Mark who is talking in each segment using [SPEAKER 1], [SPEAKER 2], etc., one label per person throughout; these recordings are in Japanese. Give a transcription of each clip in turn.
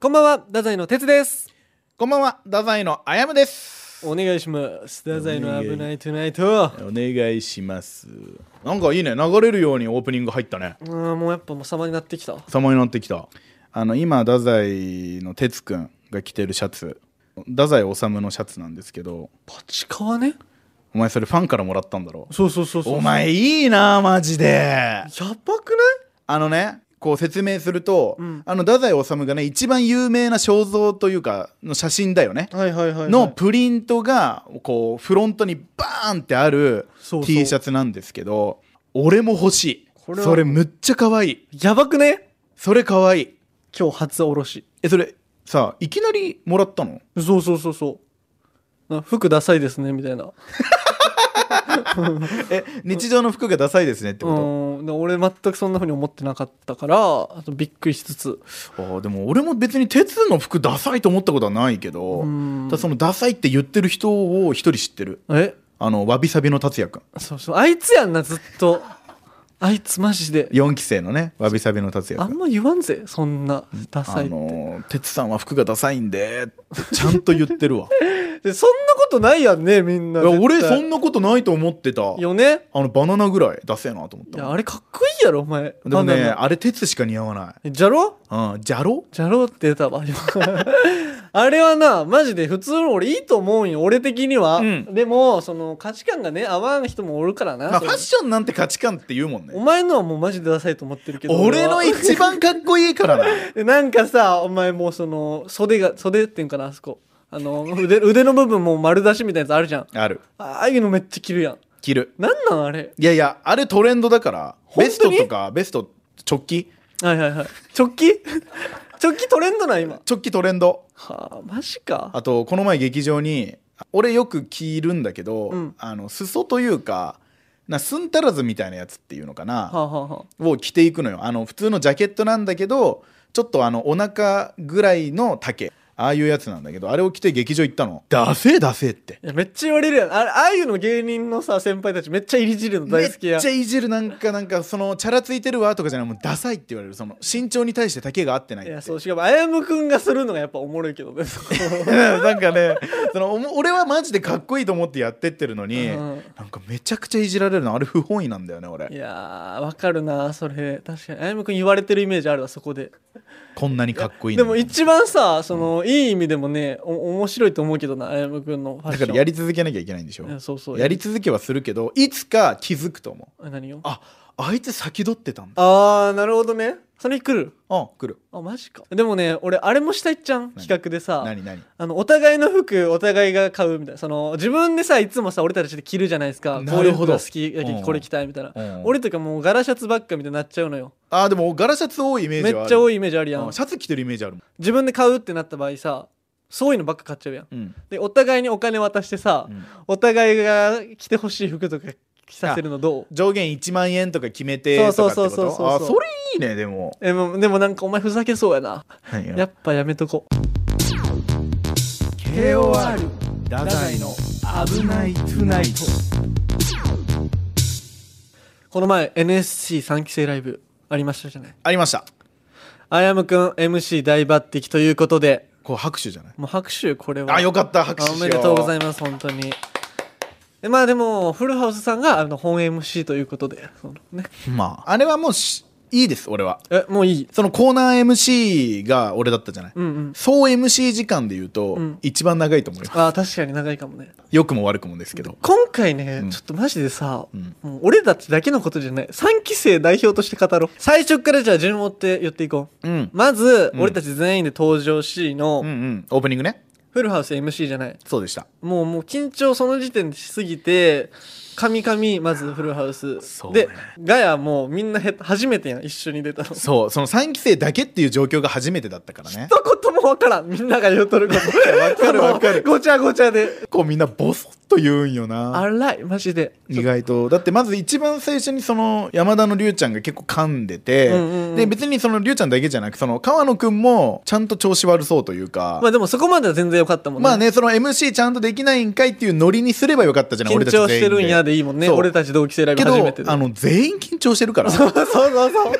[SPEAKER 1] こんばんは、太宰の哲です。
[SPEAKER 2] こんばんは、太宰のあやむです。
[SPEAKER 1] お願いします。太宰の危ないトゥナイト。
[SPEAKER 2] お願いします。なんかいいね、流れるようにオープニング入ったね。
[SPEAKER 1] うん、もうやっぱもう様になってきた。
[SPEAKER 2] 様になってきた。あの、今、太宰の哲くんが着てるシャツ、太宰治のシャツなんですけど、
[SPEAKER 1] パチカワね。
[SPEAKER 2] お前それファンからもらったんだろ
[SPEAKER 1] そうそうそう
[SPEAKER 2] お。前いいな、マジで。
[SPEAKER 1] やばく
[SPEAKER 2] あのね、こう説明すると、
[SPEAKER 1] うん
[SPEAKER 2] あの、太宰治がね、一番有名な肖像というか、の写真だよね。
[SPEAKER 1] ない。はいはいはい、
[SPEAKER 2] のプリントがこうフロントにバーンってある
[SPEAKER 1] そうそう
[SPEAKER 2] T シャツなんですけど俺も欲しい
[SPEAKER 1] これは
[SPEAKER 2] それむっちゃ可愛い
[SPEAKER 1] やばくね。
[SPEAKER 2] それ可愛い
[SPEAKER 1] 今日初おろし。
[SPEAKER 2] えそれさいきなりもらったの
[SPEAKER 1] そうそうそうそう。な服ダサいですねみたいな。
[SPEAKER 2] え日常の服がダサいですねってこ
[SPEAKER 1] うん。で俺全くそんな風に思ってなかったから、あとびっくりしつつ。
[SPEAKER 2] と、あーでも俺も別に鉄の服ダサいと思ったことはないけど
[SPEAKER 1] うん
[SPEAKER 2] ただそのダサいって言ってる人を一人知ってる
[SPEAKER 1] え、
[SPEAKER 2] あのわびさびの達也くん
[SPEAKER 1] そうそう。あいつやんなずっと。あいつマジで。
[SPEAKER 2] 4期生のねわびさびの達
[SPEAKER 1] あ
[SPEAKER 2] 也く
[SPEAKER 1] ん
[SPEAKER 2] ん
[SPEAKER 1] ま言わんぜそんなダサ
[SPEAKER 2] あ
[SPEAKER 1] いって。
[SPEAKER 2] の鉄さんは服がダサいんでってちゃんと言ってるわ
[SPEAKER 1] でそんなことないやんねみんない
[SPEAKER 2] や俺そ
[SPEAKER 1] なん
[SPEAKER 2] なことないと思ってた
[SPEAKER 1] よね
[SPEAKER 2] あのバナナぐらいダセえなと思っ
[SPEAKER 1] い
[SPEAKER 2] た
[SPEAKER 1] やあれかっこいいやろお前
[SPEAKER 2] でも
[SPEAKER 1] バ
[SPEAKER 2] ね
[SPEAKER 1] ナナ
[SPEAKER 2] あれ鉄しか似合わな
[SPEAKER 1] えじゃろ
[SPEAKER 2] いうんじゃろ
[SPEAKER 1] じゃろって出たわ今 あれはなマジで普通の俺いいと思うんよ俺的には、
[SPEAKER 2] うん
[SPEAKER 1] でもその価値観がね合わん人もおるからな、
[SPEAKER 2] ま
[SPEAKER 1] そ
[SPEAKER 2] あフ
[SPEAKER 1] れ
[SPEAKER 2] ァッションなんて価値観って言うもん
[SPEAKER 1] お
[SPEAKER 2] ね
[SPEAKER 1] 前のはもうマジでダサいと思ってるけど
[SPEAKER 2] 俺の
[SPEAKER 1] は
[SPEAKER 2] 一番かっこいいからな
[SPEAKER 1] でなんかさお前もうその袖が袖っていうんかなあそこあの腕腕の部分もう丸出しみたいなやつあるじゃん
[SPEAKER 2] ある
[SPEAKER 1] ああいうのめっちゃ着るやん
[SPEAKER 2] 着る
[SPEAKER 1] なんなんあれ
[SPEAKER 2] いやいやあれトレンドだから
[SPEAKER 1] 本当に
[SPEAKER 2] ベストとかベスト直帰
[SPEAKER 1] はいはいはい。直帰 直帰トレンドなん今。
[SPEAKER 2] 直帰トレンド
[SPEAKER 1] はあ、マジか。
[SPEAKER 2] あとこの前劇場に俺よく着るんだけど、
[SPEAKER 1] うん
[SPEAKER 2] あの裾というかなすんたらずみたいなやつっていうのかな、
[SPEAKER 1] はあ、はあは
[SPEAKER 2] を着ていくのよあの普通のジャケットなんだけどちょっとあのお腹ぐらいの丈ああいうやつなんだけどあれを着て劇場行ったのダセえダセえって
[SPEAKER 1] あ、いやめっちゃ言われるやん。あああいうの芸人のさ、先輩たちめっちゃいりじるの
[SPEAKER 2] め
[SPEAKER 1] 大
[SPEAKER 2] っ
[SPEAKER 1] 好きや。
[SPEAKER 2] ちゃいじるなんかなんかそのチャラついてるわとかじゃないもうダサいって言われるその身長に対して丈が合ってないっ
[SPEAKER 1] い
[SPEAKER 2] て
[SPEAKER 1] や、そう、しかも、あやむくんがするのがやっぱおもろいけどね。そこ
[SPEAKER 2] なんかねそのおも俺はマジでかっこいいと思ってやってってるのに、
[SPEAKER 1] うん
[SPEAKER 2] なんかめちゃくちゃいじられるのあれ不本意なんだよね
[SPEAKER 1] い
[SPEAKER 2] 俺
[SPEAKER 1] やー、わかるな、それ。確かに、あやむくん言われてるイメージあるわ、そこで。
[SPEAKER 2] こんなにかっこいい
[SPEAKER 1] で
[SPEAKER 2] のに
[SPEAKER 1] も一番さ、その、いい意味でもね、お面白いと思うけどな、あやむくんのファッ
[SPEAKER 2] だ
[SPEAKER 1] ショ
[SPEAKER 2] か
[SPEAKER 1] ン。
[SPEAKER 2] らやり続けなきゃいけないんでしょ
[SPEAKER 1] いやそうそう。
[SPEAKER 2] やり続けはするけどいつか気づくと思う
[SPEAKER 1] あ何を
[SPEAKER 2] ああいつ先取ってたんだ
[SPEAKER 1] あー、なるほどね。その日来る。
[SPEAKER 2] あ来る
[SPEAKER 1] あ、マジか。でもね、俺、あれもしたいっちゃん、
[SPEAKER 2] 何
[SPEAKER 1] 企画でさ。
[SPEAKER 2] 何何
[SPEAKER 1] あのお互いの服お互いが買うみたいなその自分でさいつもさ俺たちで着るじゃないですか
[SPEAKER 2] なる
[SPEAKER 1] こ
[SPEAKER 2] ほ
[SPEAKER 1] ういう
[SPEAKER 2] ど
[SPEAKER 1] 服が好きやけ
[SPEAKER 2] うん
[SPEAKER 1] これ着たいみたいな、
[SPEAKER 2] うん
[SPEAKER 1] 俺とかもう柄シャツばっかみたいになっちゃうのよ
[SPEAKER 2] あーでも柄シャツ多いイメー
[SPEAKER 1] め
[SPEAKER 2] ジ
[SPEAKER 1] っ
[SPEAKER 2] はある
[SPEAKER 1] ちゃ多
[SPEAKER 2] い
[SPEAKER 1] いイメージあるやん
[SPEAKER 2] シャツ着てるイメージあるもん、
[SPEAKER 1] 自分で買うってなった場合さそういうのばっか買っちゃうやん
[SPEAKER 2] うん
[SPEAKER 1] でお互いにお金渡してさ、
[SPEAKER 2] うん
[SPEAKER 1] お互いが着てほしい服とか着させるのどう
[SPEAKER 2] 上限1万円とか決めてとかってこと
[SPEAKER 1] そうそうそうそうそう
[SPEAKER 2] あーそれいいねでも
[SPEAKER 1] えもうでもなんかお前ふざけそうやな
[SPEAKER 2] 何
[SPEAKER 1] やっぱやめとこ
[SPEAKER 2] KOR 太宰の危ないトゥナイト
[SPEAKER 1] この前 NSC3 期生ライブありましたじゃない
[SPEAKER 2] ありました
[SPEAKER 1] あやむくん MC 大抜擢ということで
[SPEAKER 2] こう拍手じゃない
[SPEAKER 1] もう拍手これは
[SPEAKER 2] あよかった拍手し
[SPEAKER 1] あお
[SPEAKER 2] よ
[SPEAKER 1] め
[SPEAKER 2] う
[SPEAKER 1] でとうござ
[SPEAKER 2] い
[SPEAKER 1] います本当にでまあでもフルハウスさんがあの本 MC ということでその、ね、
[SPEAKER 2] ますまああれはもうしいいです俺は
[SPEAKER 1] えもういい
[SPEAKER 2] そのコーナー MC が俺だったじゃない、
[SPEAKER 1] うんうん
[SPEAKER 2] 総 MC 時間で言うと、
[SPEAKER 1] うん
[SPEAKER 2] 一番長いと思います
[SPEAKER 1] あー確かに長いかもね
[SPEAKER 2] 良くも悪くもですけど
[SPEAKER 1] 今回ね、
[SPEAKER 2] ん
[SPEAKER 1] ちょっとマジでさ、
[SPEAKER 2] うん
[SPEAKER 1] もう俺たちだけのことじゃない3期生代表として語ろう最初からじゃあ順を追って言っていこう
[SPEAKER 2] うん
[SPEAKER 1] まず、
[SPEAKER 2] うん
[SPEAKER 1] 俺たち全員で登場しの、
[SPEAKER 2] うんうん、オープニングね
[SPEAKER 1] フルハウス MC じゃない
[SPEAKER 2] そうでした
[SPEAKER 1] もうもう緊張その時点でしすぎてカミカミまずフルハウス、
[SPEAKER 2] そうね
[SPEAKER 1] でガヤもうみんなへ初めてやん一緒に出たの
[SPEAKER 2] そうその3期生だけっていう状況が初めてだったか らね
[SPEAKER 1] 一言も分からんみんなが言うとること
[SPEAKER 2] わかるわかる
[SPEAKER 1] ごちゃごちゃで
[SPEAKER 2] こうみんなボソッと言うんよな
[SPEAKER 1] あらいマジで
[SPEAKER 2] 意外とだってまず一番最初にその山田のりゅうちゃんが結構噛んでて、
[SPEAKER 1] うんうんうん
[SPEAKER 2] で別にそのりゅうちゃんだけじゃなくその川野くんもちゃんと調子悪そうというか、
[SPEAKER 1] まあでもそこまでは全然良かったもんね
[SPEAKER 2] まあねその MC ちゃんとできないんかいっていうノリにすればよかったじゃない
[SPEAKER 1] 緊
[SPEAKER 2] 俺たち全
[SPEAKER 1] 張
[SPEAKER 2] 員
[SPEAKER 1] してるんやでいいもんね
[SPEAKER 2] そう
[SPEAKER 1] 俺たち同期生ライブ
[SPEAKER 2] け
[SPEAKER 1] 初めてで
[SPEAKER 2] どあの全員緊張してるか ら
[SPEAKER 1] そうそうそうそう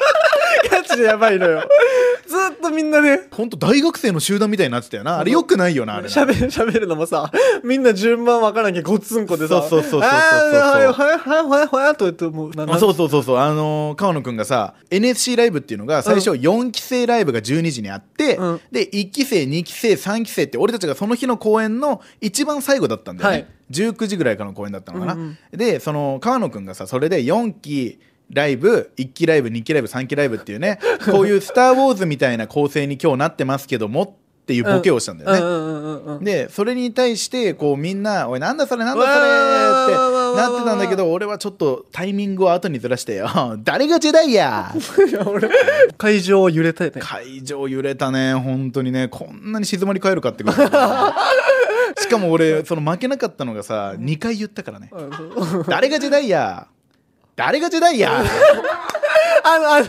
[SPEAKER 1] ガチでやばいのよずっとみんなね
[SPEAKER 2] 本当大学生の集団みたいになってたよなあれよくないよなあれな
[SPEAKER 1] 喋る喋るのもさみんな順番分からなきゃごっつんこでさ
[SPEAKER 2] そうそうそうそうそうそう
[SPEAKER 1] あーはいはいはいはいはいと言ってもうな
[SPEAKER 2] あそうそうそうそうあのー川野くんがさ NSC ライブっていうのが最初4期生ライブが12時にあって、
[SPEAKER 1] うん
[SPEAKER 2] で1期生2期生3期生って俺たちがその日の公演の一番最後だったんだよね、
[SPEAKER 1] はい
[SPEAKER 2] 19時ぐらいからの公演だったのかな、
[SPEAKER 1] うんうん
[SPEAKER 2] でその川野くんがさそれで4期ライブ1期ライブ2期ライブ3期ライブっていうねこういう「スター・ウォーズ」みたいな構成に今日なってますけどもっていうボケをしたんだよね、
[SPEAKER 1] うんうんうんうんうん
[SPEAKER 2] でそれに対してこうみんな「おいなんだそれなんだそれ」って
[SPEAKER 1] わーわーわーわーわー
[SPEAKER 2] なってたんだけど俺はちょっとタイミングを後にずらして よ「誰がジェダイや!
[SPEAKER 1] いや俺会場を揺れたい」ね
[SPEAKER 2] 会場揺れたね本当にねこんなに静まり返るかってぐらい しかも俺その負けなかったのがさ2回言ったからね
[SPEAKER 1] あの
[SPEAKER 2] 「誰がジェダイや!」誰がジェダイや
[SPEAKER 1] あのあの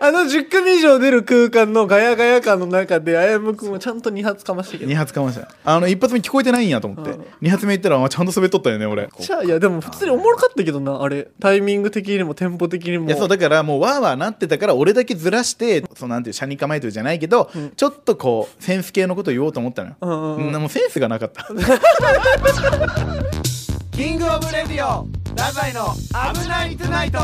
[SPEAKER 1] あの10組以上出る空間のガヤガヤ感の中であやむくんもちゃんと2発かましてき
[SPEAKER 2] 2発かましたあの1発目聞こえてないんやと思って2発目言ったらあちゃんと滑っとったよね俺
[SPEAKER 1] じゃあいやでも普通におもろかったけどなあれタイミング的にもテンポ的にも
[SPEAKER 2] いやそうだからもうわーわーなってたから俺だけずらしてそのなんていうシャに構えてるじゃないけど、ちょっとこうセンス系のこと言おうと思ったのよ、
[SPEAKER 1] うんうんうん
[SPEAKER 2] もうセンスがなかった キングオブレディオダザイの危ないトゥナイト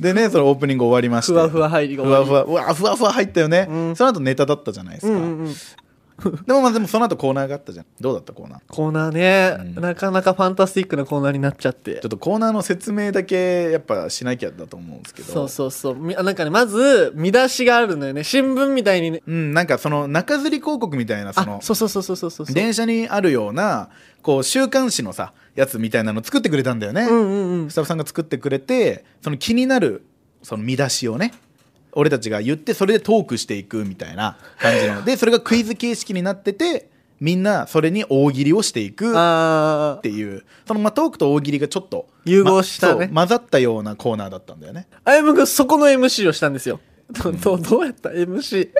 [SPEAKER 2] でねそのオープニング終わりまして
[SPEAKER 1] ふわふわ入りが
[SPEAKER 2] ふわふわうわふわふわ入ったよね、
[SPEAKER 1] うん
[SPEAKER 2] その後ネタだったじゃないです
[SPEAKER 1] う
[SPEAKER 2] か、
[SPEAKER 1] んうんうん
[SPEAKER 2] でもまあでもその後コーナーがあったじゃんどうだったコーナー
[SPEAKER 1] コーナーね、
[SPEAKER 2] うん
[SPEAKER 1] なかなかファンタスティックなコーナーになっちゃって
[SPEAKER 2] ちょっとコーナーの説明だけやっぱしなきゃだと思うんですけど
[SPEAKER 1] そうそうそうみあなんかねまず見出しがあるのよね新聞みたいにね
[SPEAKER 2] うん、なんかその中吊り広告みたいなそ
[SPEAKER 1] あ
[SPEAKER 2] の
[SPEAKER 1] そうそうそうそうそうそう
[SPEAKER 2] 電車にあるようなこう週刊誌のさやつみたいなの作ってくれたんだよね、
[SPEAKER 1] うんうんうん
[SPEAKER 2] スタッフさんが作ってくれてその気になるその見出しをね俺たちが言ってそれでトークしていくみたいな感じ のでそれがクイズ形式になっててみんなそれに大喜利をしていくっ
[SPEAKER 1] あー
[SPEAKER 2] ていうそのまあトークと大喜利がちょっと
[SPEAKER 1] 融合したね
[SPEAKER 2] まそう混ざったようなコーナーだったんだよね
[SPEAKER 1] あやむくんそこの MC をしたんですよどどどうやった MC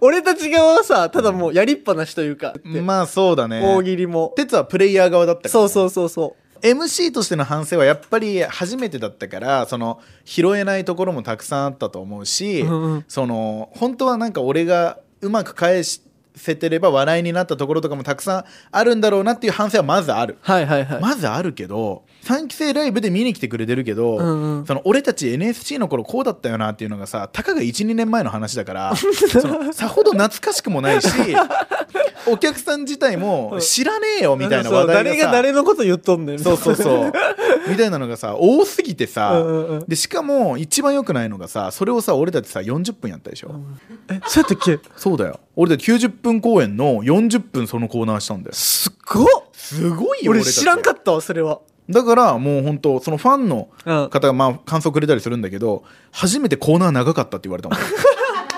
[SPEAKER 1] 俺たち側はさただもうやりっぱなしというか、
[SPEAKER 2] まあそうだね
[SPEAKER 1] 大喜利も
[SPEAKER 2] 哲はプレイヤー側だったから
[SPEAKER 1] そう
[SPEAKER 2] ね、
[SPEAKER 1] そうそうそう
[SPEAKER 2] MC としての反省はやっぱり初めてだったからその拾えないところもたくさんあったと思うし、
[SPEAKER 1] うんうん
[SPEAKER 2] その本当はなんか俺がうまく返せてれば笑いになったところとかもたくさんあるんだろうなっていう反省はまずある、
[SPEAKER 1] はいはいはい、
[SPEAKER 2] まずあるけど3期生ライブで見に来てくれてるけど、
[SPEAKER 1] うんうん
[SPEAKER 2] その俺たち NSC の頃こうだったよなっていうのがさたかが12年前の話だから そのさほど懐かしくもないしお客さん自体も知らねえよみたいな話題がさ
[SPEAKER 1] そう誰が誰のこと言っとんねん
[SPEAKER 2] そうそうそう。みたいなのがさ、多すぎてさ、
[SPEAKER 1] うんうんうん
[SPEAKER 2] で、しかも一番良くないのがさ、それをさ、俺たちさ、40分やったでしょ。
[SPEAKER 1] えそうやったっけ
[SPEAKER 2] そうだよ。俺たち90分公演の40分そのコーナーしたんだよ。
[SPEAKER 1] すっごっ
[SPEAKER 2] すごいよ、
[SPEAKER 1] 俺知らんか
[SPEAKER 2] っ
[SPEAKER 1] ったわそれは
[SPEAKER 2] た。だからもう本当そのファンの
[SPEAKER 1] うん
[SPEAKER 2] 方がまあ感想くれたりするんだけど、初めてコーナー長かったって言われたもん。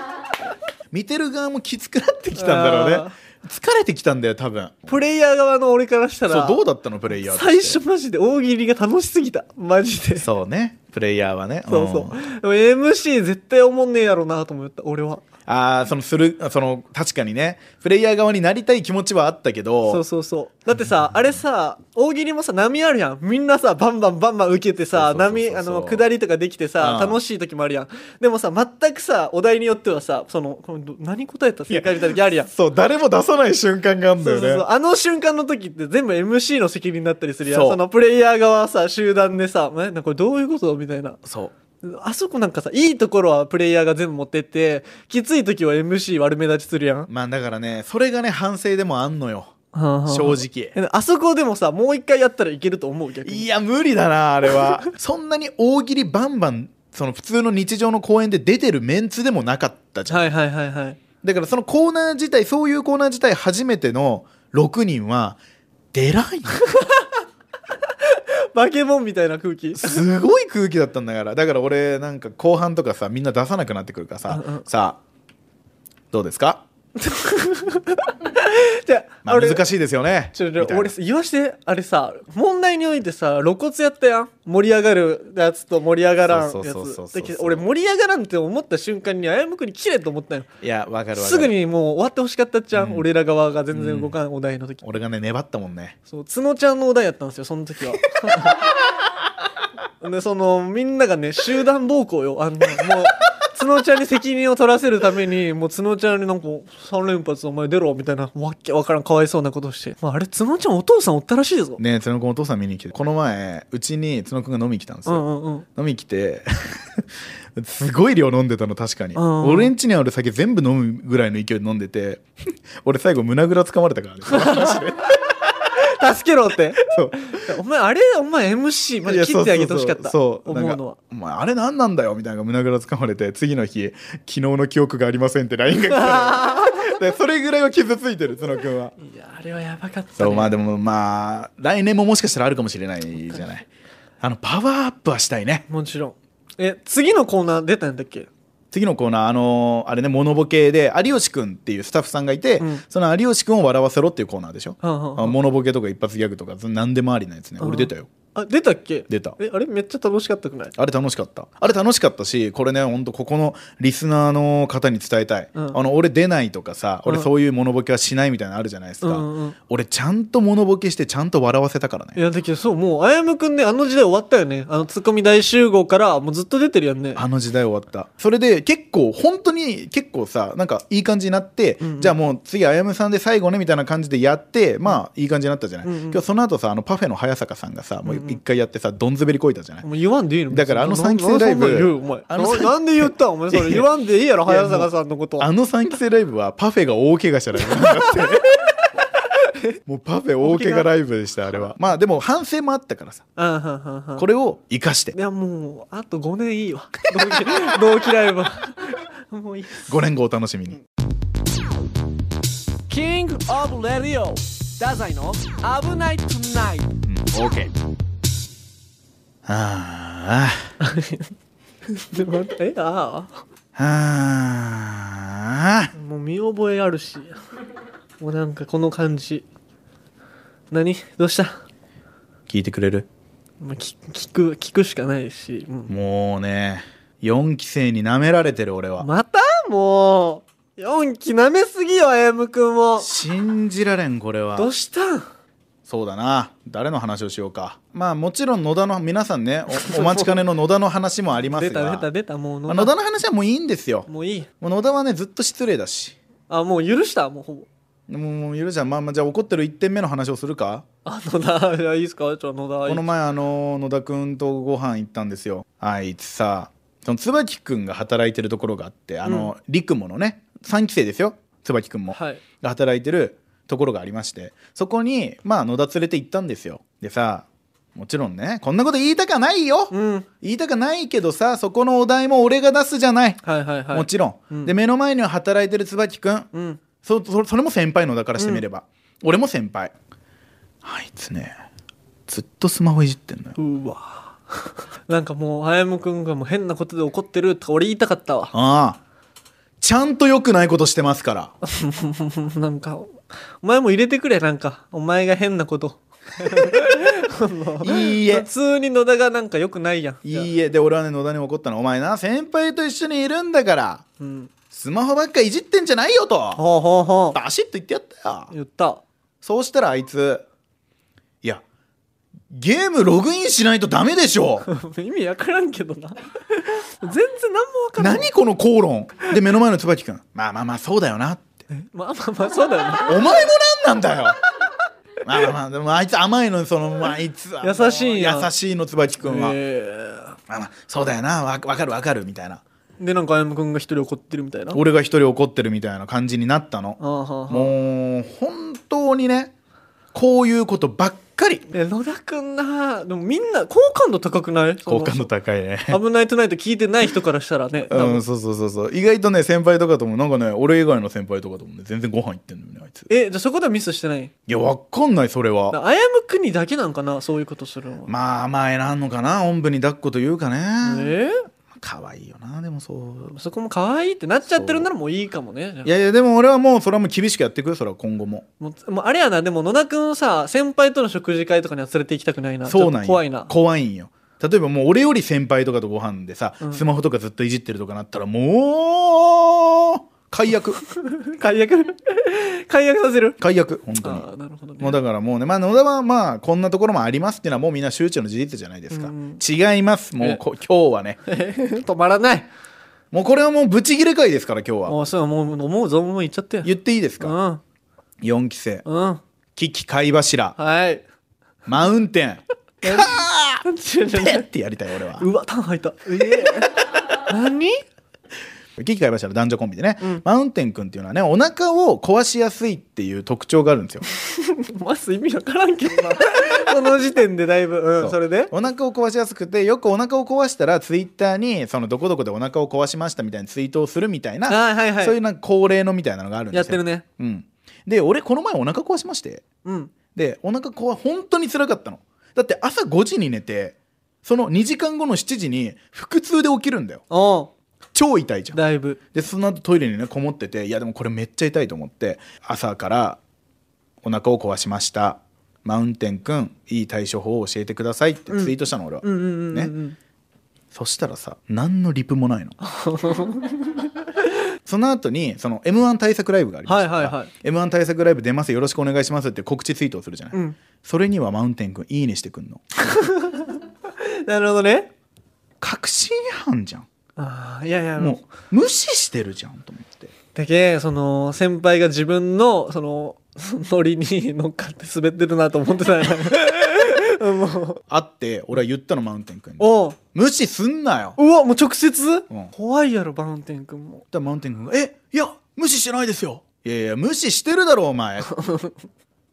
[SPEAKER 2] 見てる側もきつくなってきたんだろう
[SPEAKER 1] あ
[SPEAKER 2] ね。疲れてきたんだよ、多分。
[SPEAKER 1] プレイヤー側の俺からした
[SPEAKER 2] そ
[SPEAKER 1] ら
[SPEAKER 2] う、どうだったの、プレイヤーとして
[SPEAKER 1] 最初マジで大喜利が楽しすぎたマジでそ
[SPEAKER 2] そうね、プレイヤーはね。
[SPEAKER 1] うそう、でも MC 絶対おもんねえやろなと思った俺は
[SPEAKER 2] ああそのするあその確かにねプレイヤー側になりたい気持ちはあったけど
[SPEAKER 1] そうそうそうだってさあれさ大喜利もさ波あるやんみんなさバンバンバンバン受けてさ
[SPEAKER 2] そうそうそうそう
[SPEAKER 1] 波あの下りとかできてさ
[SPEAKER 2] うん
[SPEAKER 1] 楽しい時もあるやんでもさ全くさお題によってはさそのこれど何答えたら正解みたいな時あるやん
[SPEAKER 2] そう誰も出さない瞬間があるん
[SPEAKER 1] そ
[SPEAKER 2] だ
[SPEAKER 1] う
[SPEAKER 2] よ
[SPEAKER 1] そうそう
[SPEAKER 2] ね
[SPEAKER 1] あの瞬間の時って全部 MC の責任だったりするやん
[SPEAKER 2] そう
[SPEAKER 1] そのプレイヤー側さ集団でさ「えなんかこれどういうこと?」みたいな
[SPEAKER 2] そう
[SPEAKER 1] あそこなんかさいいところはプレイヤーが全部持ってってきつい時は MC 悪目立ちするやん
[SPEAKER 2] まあだからねそれがね反省でもあんのよ正
[SPEAKER 1] 正
[SPEAKER 2] 直
[SPEAKER 1] あそこでもさもう一回やったらいけると思う逆に
[SPEAKER 2] いや無理だなあれ はそんなに大喜利バンバンその普通の日常の公演で出てるメンツでもなかったじゃん
[SPEAKER 1] はいはいはいはい
[SPEAKER 2] だからそのコーナー自体そういうコーナー自体初めての6人は出ないよ
[SPEAKER 1] バケモンみたいな空気
[SPEAKER 2] すごい空気だったんだからだから俺なんか後半とかさみんな出さなくなってくるからさ、
[SPEAKER 1] うんうん
[SPEAKER 2] さあどうですか
[SPEAKER 1] じゃあ、
[SPEAKER 2] まあ、
[SPEAKER 1] 俺
[SPEAKER 2] 難しいですよね
[SPEAKER 1] ちょち
[SPEAKER 2] み
[SPEAKER 1] ょ
[SPEAKER 2] たいな
[SPEAKER 1] 俺言わしてあれさ問題においてさ露骨やったやん盛り上がるやつと盛り上がらんやつ
[SPEAKER 2] そうそうそうそうそう
[SPEAKER 1] だけど俺盛り上がらんって思った瞬間にあやむくに切れと思ったよ
[SPEAKER 2] いやわかるわかる
[SPEAKER 1] すぐにもう終わってほしかったっちゃん、
[SPEAKER 2] うん
[SPEAKER 1] 俺ら側が全然動かんお題の時、
[SPEAKER 2] 俺がね粘ったもんね
[SPEAKER 1] そう角ちゃんのお題やったんですよその 時はでそのみんながね集団暴行よあんなもう角ちゃんに責任を取らせるためにもう角ちゃんになんか3連発お前出ろみたいなわっけわからんかわいそうなことして、まあ、あれ角ちゃんお父さんおったらしいぞ、
[SPEAKER 2] ね角くんお父さん見に来てこの前うちに角くんが飲みに来たんです
[SPEAKER 1] う
[SPEAKER 2] よ、
[SPEAKER 1] んうんうん
[SPEAKER 2] 飲みに来て すごい量飲んでたの確かに、
[SPEAKER 1] うん
[SPEAKER 2] 俺んちにある酒全部飲むぐらいの勢いで飲んでて俺最後胸ぐらつかまれたからね
[SPEAKER 1] 助けろって
[SPEAKER 2] そう
[SPEAKER 1] お前あれお前 MC まで切ってあげてほしかった
[SPEAKER 2] そうそうそうそ
[SPEAKER 1] 思うのは
[SPEAKER 2] うなんかお前あれ何なんだよみたいなのが胸ぐらつかまれて次の日「昨日の記憶がありません」って LINE が来た のよでそれぐらいは傷ついてる角くんはい
[SPEAKER 1] やあれはやばかった、
[SPEAKER 2] そ
[SPEAKER 1] ね、
[SPEAKER 2] うまあでもまあ来年ももしかしたらあるかもしれないじゃないあのパワーアップはしたいね
[SPEAKER 1] もちろんえ次のコーナー出たんだっけ
[SPEAKER 2] 次のコーナーあのーあれねモノボケで有吉くんっていうスタッフさんがいて、
[SPEAKER 1] うん
[SPEAKER 2] その有吉くんを笑わせろっていうコーナーでしょ、
[SPEAKER 1] はあはあ
[SPEAKER 2] あモノボケとか一発ギャグとかその何でもありなやつね、
[SPEAKER 1] うん
[SPEAKER 2] 俺出たよ
[SPEAKER 1] あ出たっけ
[SPEAKER 2] 出た
[SPEAKER 1] えあれめっちゃ楽しかったくない
[SPEAKER 2] あれ楽しかったあれ楽しかったしこれねほんとここのリスナーの方に伝えたい、
[SPEAKER 1] うん
[SPEAKER 2] あの俺出ないとかさ俺
[SPEAKER 1] うん
[SPEAKER 2] そういうモノボケはしないみたいなのあるじゃないですか、
[SPEAKER 1] うんうん
[SPEAKER 2] 俺ちゃんとモノボケしてちゃんと笑わせたから
[SPEAKER 1] い
[SPEAKER 2] ね
[SPEAKER 1] やだけどそうもうあやむくんねあの時代終わったよねあのツッコミ大集合からもうずっと出てるやんね
[SPEAKER 2] あの時代終わったそれで結構本当に結構さなんかいい感じになって、
[SPEAKER 1] うんうん
[SPEAKER 2] じゃあもう次あやむさんで最後ねみたいな感じでやってまあいい感じになったじゃない、
[SPEAKER 1] うんうん
[SPEAKER 2] 今日その後さあのパフェの早坂さんがさも
[SPEAKER 1] う
[SPEAKER 2] う
[SPEAKER 1] んうん
[SPEAKER 2] 一回やってさどんずべりこいたじゃない、
[SPEAKER 1] もう言わんでいいの
[SPEAKER 2] だからあの
[SPEAKER 1] な
[SPEAKER 2] 三期生ライブ
[SPEAKER 1] ななんで言うお前
[SPEAKER 2] あの三
[SPEAKER 1] ななんで言ったお前それ言わんでいいやろ
[SPEAKER 2] いや
[SPEAKER 1] 早坂さんのこと
[SPEAKER 2] あの3期生ライブはパフェが大怪我したライブなんだってもうパフェ大怪我ライブでしたあれはまあでも反省もあったからさ
[SPEAKER 1] うんうんうんうん
[SPEAKER 2] これを生かして
[SPEAKER 1] いやもうあと5年い いわ同期同期ライブはもういい
[SPEAKER 2] 5年後お楽しみに、
[SPEAKER 1] キングオブレディオダザイの危ないトゥナイト
[SPEAKER 2] うん、OK あー
[SPEAKER 1] でまたえああ
[SPEAKER 2] あー
[SPEAKER 1] もう見覚えあるしもうなんかこの感じ何どうした
[SPEAKER 2] 聞いてくれる
[SPEAKER 1] まあ、き聞く聞くしかないし、うん
[SPEAKER 2] もうね4期生に舐められてる俺は、
[SPEAKER 1] またもう4期なめすぎよ歩夢君も
[SPEAKER 2] 信じられんこれは
[SPEAKER 1] どうしたん
[SPEAKER 2] そうだな誰の話をしようかまあもちろん野田の皆さんねおお待ちかねの野田の話もありま
[SPEAKER 1] 出
[SPEAKER 2] すが
[SPEAKER 1] た出た出たもう
[SPEAKER 2] まあ野田の話はもういいんですよ
[SPEAKER 1] もういい
[SPEAKER 2] もう野田はねずっと失礼だし
[SPEAKER 1] あもう許したもうほぼ
[SPEAKER 2] もうもう許じゃんまあまあじゃあ怒ってる1点目の話をするか
[SPEAKER 1] あ野田いやいいっすかちょ野田
[SPEAKER 2] この前あの野田くんとご飯行ったんですよあいつさその椿くんが働いてるところがあってあの、陸ものね3期生ですよ椿くんも、
[SPEAKER 1] はい
[SPEAKER 2] が働いてるところがありましてそこにまあ野田連れて行ったんですよでさもちろんねこんなこと言いたくはないよ、
[SPEAKER 1] うん
[SPEAKER 2] 言いたくないけどさそこのお題も俺が出すじゃない、
[SPEAKER 1] はいはいはい
[SPEAKER 2] もちろん、
[SPEAKER 1] うん
[SPEAKER 2] で目の前には働いてる椿くん
[SPEAKER 1] うん
[SPEAKER 2] そそそれも先輩のだからしてみれば、俺も先輩あいつねずっとスマホいじってんのよ
[SPEAKER 1] うわなんかもうあやむくんがもう変なことで怒ってるとか俺言いたかったわ
[SPEAKER 2] ああちゃんと良くないことしてますから
[SPEAKER 1] なんかお前も入れてくれなんかお前が変なこと
[SPEAKER 2] いいえ
[SPEAKER 1] 普通に野田がなんかよくないやん
[SPEAKER 2] いいえで俺はね野田に怒ったのお前な先輩と一緒にいるんだから
[SPEAKER 1] うん
[SPEAKER 2] スマホばっかいじってんじゃないよと
[SPEAKER 1] ほうほうほ
[SPEAKER 2] バシッと言ってやった
[SPEAKER 1] う言
[SPEAKER 2] よ
[SPEAKER 1] った
[SPEAKER 2] そうしたらあいついやゲームログインしないとダメでし ょ
[SPEAKER 1] 意味わからんけどな全然何もわからん
[SPEAKER 2] 何この口論で目の前の椿君まあまあまあそうだよなって
[SPEAKER 1] まあまあまあそうだよね
[SPEAKER 2] お前もなんなんだよまあまあまあでもあいつ甘いのそのまああいつはもう
[SPEAKER 1] 優しいんや
[SPEAKER 2] 優しいの椿君は、
[SPEAKER 1] え
[SPEAKER 2] まあまあそうだよなわわかるわかるみたいな
[SPEAKER 1] ーでなんかあやむくんが一人怒ってるみたいなあ
[SPEAKER 2] 俺が一人怒ってるみたいな感じになったの
[SPEAKER 1] あはあはあ
[SPEAKER 2] もう本当にねこういうことばっかり
[SPEAKER 1] え野田くんなでもみんな好感度高くない
[SPEAKER 2] 好感度高いね
[SPEAKER 1] その危ないトゥナイト聞いてない人からしたらね、多
[SPEAKER 2] う
[SPEAKER 1] 分
[SPEAKER 2] ん、そうそうそうそう意外とね先輩とかともなんかね俺以外の先輩とかともね全然ご飯行ってんのよねあいつい
[SPEAKER 1] えじゃあそこではミスしてない
[SPEAKER 2] やわかんないそれは
[SPEAKER 1] あやむくにだけなんかなそういうことするのは
[SPEAKER 2] まあ甘えなんのかなおんぶに抱っこというかね
[SPEAKER 1] え
[SPEAKER 2] 可愛いよなでもそう
[SPEAKER 1] そこも可愛いってなっちゃってるならもういいかもね
[SPEAKER 2] いやいやでも俺はもうそれはもう厳しくやっていくよそれは今後も
[SPEAKER 1] もうもうあれやなでも野田君をさ先輩との食事会とかには連れて行きたくないな
[SPEAKER 2] そう
[SPEAKER 1] ちょっと
[SPEAKER 2] なんよ
[SPEAKER 1] 怖いな
[SPEAKER 2] 怖いんよ例えばもう俺より先輩とかとご飯でさ、
[SPEAKER 1] うん
[SPEAKER 2] スマホとかずっといじってるとかなったらもう 解約
[SPEAKER 1] 解約 解約させる
[SPEAKER 2] 解約本当に
[SPEAKER 1] ああなるほどね
[SPEAKER 2] もうだからもうね、まあ、野田はまあこんなところもありますっていうのはもうみんな周知の事実じゃないですか、
[SPEAKER 1] うん
[SPEAKER 2] 違いますもうこ今日はね
[SPEAKER 1] 止まらない
[SPEAKER 2] もうこれはもうブチギレ会ですから今日は
[SPEAKER 1] もうそうもう思う存分言っちゃって
[SPEAKER 2] 言っていいです
[SPEAKER 1] う
[SPEAKER 2] か、
[SPEAKER 1] ん
[SPEAKER 2] 4期生
[SPEAKER 1] うん
[SPEAKER 2] 危機貝柱
[SPEAKER 1] はい
[SPEAKER 2] マウンテン
[SPEAKER 1] 違う違う
[SPEAKER 2] ペ
[SPEAKER 1] 違
[SPEAKER 2] ッ
[SPEAKER 1] う
[SPEAKER 2] てやりたい俺は
[SPEAKER 1] うわタン吐いたええ 何
[SPEAKER 2] 危機貝柱の男女コンビでね、マウンテン君っていうのはねお腹を壊しやすいっていう特徴があるんですよ
[SPEAKER 1] マス意味わからんけ どなこの時点でだいぶうん
[SPEAKER 2] そう
[SPEAKER 1] それで
[SPEAKER 2] お腹を壊しやすくてよくお腹を壊したらツイッターにそのどこどこでお腹を壊しましたみたいなツイートをするみたいな、
[SPEAKER 1] はいはいはい
[SPEAKER 2] そういうなんか恒例のみたいなのがあるんですよ
[SPEAKER 1] やってるね
[SPEAKER 2] うん、で俺この前お腹壊しまして
[SPEAKER 1] うん
[SPEAKER 2] でお腹こわ本当に辛かったのだって朝5時に寝てその2時間後の7時に腹痛で起きるんだよ
[SPEAKER 1] お
[SPEAKER 2] 超痛いじゃん
[SPEAKER 1] だいぶ
[SPEAKER 2] でその後トイレにねこもってていやでもこれめっちゃ痛いと思って朝からお腹を壊しましたマウンテンくんいい対処法を教えてくださいってツイートしたの俺は、
[SPEAKER 1] うんうんうんう
[SPEAKER 2] ね
[SPEAKER 1] ん
[SPEAKER 2] そしたらさ何のリプもないの その後にその m 1対策ライブがありましたから、
[SPEAKER 1] はいはいはい
[SPEAKER 2] m 1対策ライブ出ますよろしくお願いしますって告知ツイートをするじゃない、
[SPEAKER 1] うん
[SPEAKER 2] それにはマウンテン君いいねしてくんの
[SPEAKER 1] なるほどね
[SPEAKER 2] 確信犯じゃん
[SPEAKER 1] ああいやいやもう
[SPEAKER 2] もう無視してるじゃんと思って
[SPEAKER 1] だけその先輩が自分のその ノリに乗っかって滑ってるなと思ってた よもう
[SPEAKER 2] 会って俺は言ったのマウンテン君に
[SPEAKER 1] おう
[SPEAKER 2] 無視すんなよ
[SPEAKER 1] うわもう直接、
[SPEAKER 2] うん
[SPEAKER 1] 怖いやろバウンテン君も
[SPEAKER 2] だからマウンテン君が「えいや無視してないですよ」「いやいや無視してるだろお前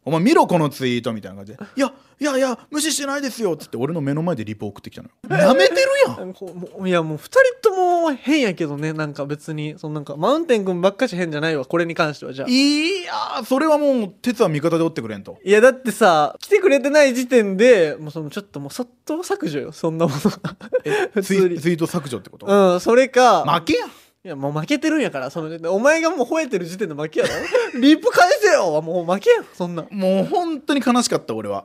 [SPEAKER 2] お前見ろこのツイート」みたいな感じで「いやいやいや無視してないですよ」っつって俺の目の前でリポ送ってきたの よなめてるやん
[SPEAKER 1] こうもういやもう2人とも変やけどねなんか別にそのなんかマウンテン君ばっかし変じゃないわこれに関してはじゃあ
[SPEAKER 2] いやーそれはもう鉄は味方でおってくれ んと
[SPEAKER 1] いやだってさ来てくれてない時点でもうそのちょっともうそっと削除よそんなものが 普
[SPEAKER 2] ツ
[SPEAKER 1] 通
[SPEAKER 2] イ
[SPEAKER 1] に
[SPEAKER 2] ツイート削除ってこと
[SPEAKER 1] うんそれか、
[SPEAKER 2] 負けやん
[SPEAKER 1] いやもう負けてるんやからその時点でお前がもう吠えてる時点で負けやろ リップ返せよはもう負けやんそんなん
[SPEAKER 2] もう本当に悲しかった俺は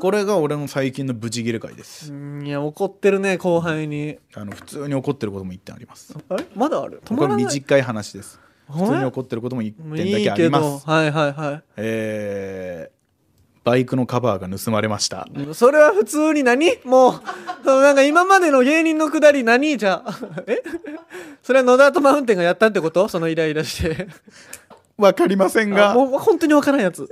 [SPEAKER 2] これが俺の最近のブチギレ会です
[SPEAKER 1] うんいや怒ってるね後輩に
[SPEAKER 2] あの普通に怒ってることも一点あります
[SPEAKER 1] あれまだある止
[SPEAKER 2] こ
[SPEAKER 1] ま
[SPEAKER 2] れ
[SPEAKER 1] らない
[SPEAKER 2] 短い話です
[SPEAKER 1] ほんま
[SPEAKER 2] 普通に怒ってることも一
[SPEAKER 1] もう
[SPEAKER 2] 点だ
[SPEAKER 1] い
[SPEAKER 2] け
[SPEAKER 1] い
[SPEAKER 2] あ
[SPEAKER 1] け
[SPEAKER 2] りま
[SPEAKER 1] ど
[SPEAKER 2] す
[SPEAKER 1] はいはいは
[SPEAKER 2] えーバイクのカバーが盗まれました
[SPEAKER 1] いうんそれは普通に何もうそのなんか今までの芸人のくだり何じゃ あえそれは野田とマウンテンがやったってことそのイライラして
[SPEAKER 2] わかりません
[SPEAKER 1] あ
[SPEAKER 2] が
[SPEAKER 1] もう本当にわからんやつ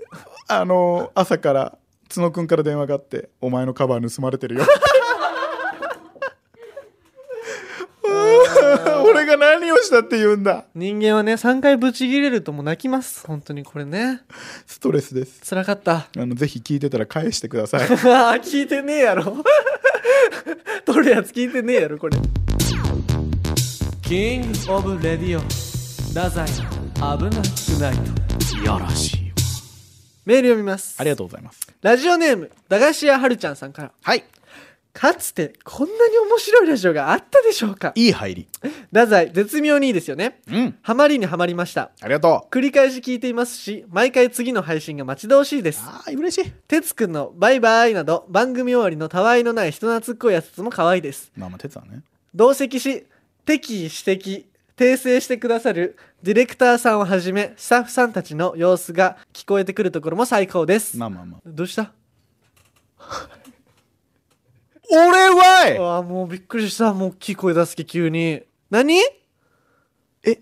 [SPEAKER 2] あの朝から角くんから電話があって「お前のカバー盗まれてるよ」俺が何をしたって言うんだ
[SPEAKER 1] 人間はね3回ブチギレるともう泣きます本当にこれね
[SPEAKER 2] ストレスです
[SPEAKER 1] 辛かった
[SPEAKER 2] あのぜひ聞いてたら返してください
[SPEAKER 1] あー聞いてねえやろ 取るやつ聞いてねえやろこれキングオブレディオ太宰危なくない
[SPEAKER 2] いやらしい
[SPEAKER 1] メール読みます
[SPEAKER 2] ありがとうございます
[SPEAKER 1] ラジオネーム駄菓子屋はるちゃんさんから
[SPEAKER 2] はい
[SPEAKER 1] かつてこんなに面白いラジオがあったでしょうか
[SPEAKER 2] いい入り
[SPEAKER 1] 太宰絶妙にいいですよね
[SPEAKER 2] うん
[SPEAKER 1] ハマりにはまりました
[SPEAKER 2] ありがとう
[SPEAKER 1] 繰り返し聞いていますし毎回次の配信が待ち遠しいです
[SPEAKER 2] ああ嬉しい
[SPEAKER 1] 哲くんのバイバイなど番組終わりのたわいのない人懐っこいやつも可愛いです
[SPEAKER 2] まあまあ哲はね
[SPEAKER 1] 同席し敵意指摘訂正してくださるディレクターさんをはじめスタッフさんたちの様子が聞こえてくるところも最高です、
[SPEAKER 2] まあまあまあ
[SPEAKER 1] どうした
[SPEAKER 2] 俺は
[SPEAKER 1] ああもうびっくりしたもう大きい声出すけ急に何
[SPEAKER 2] え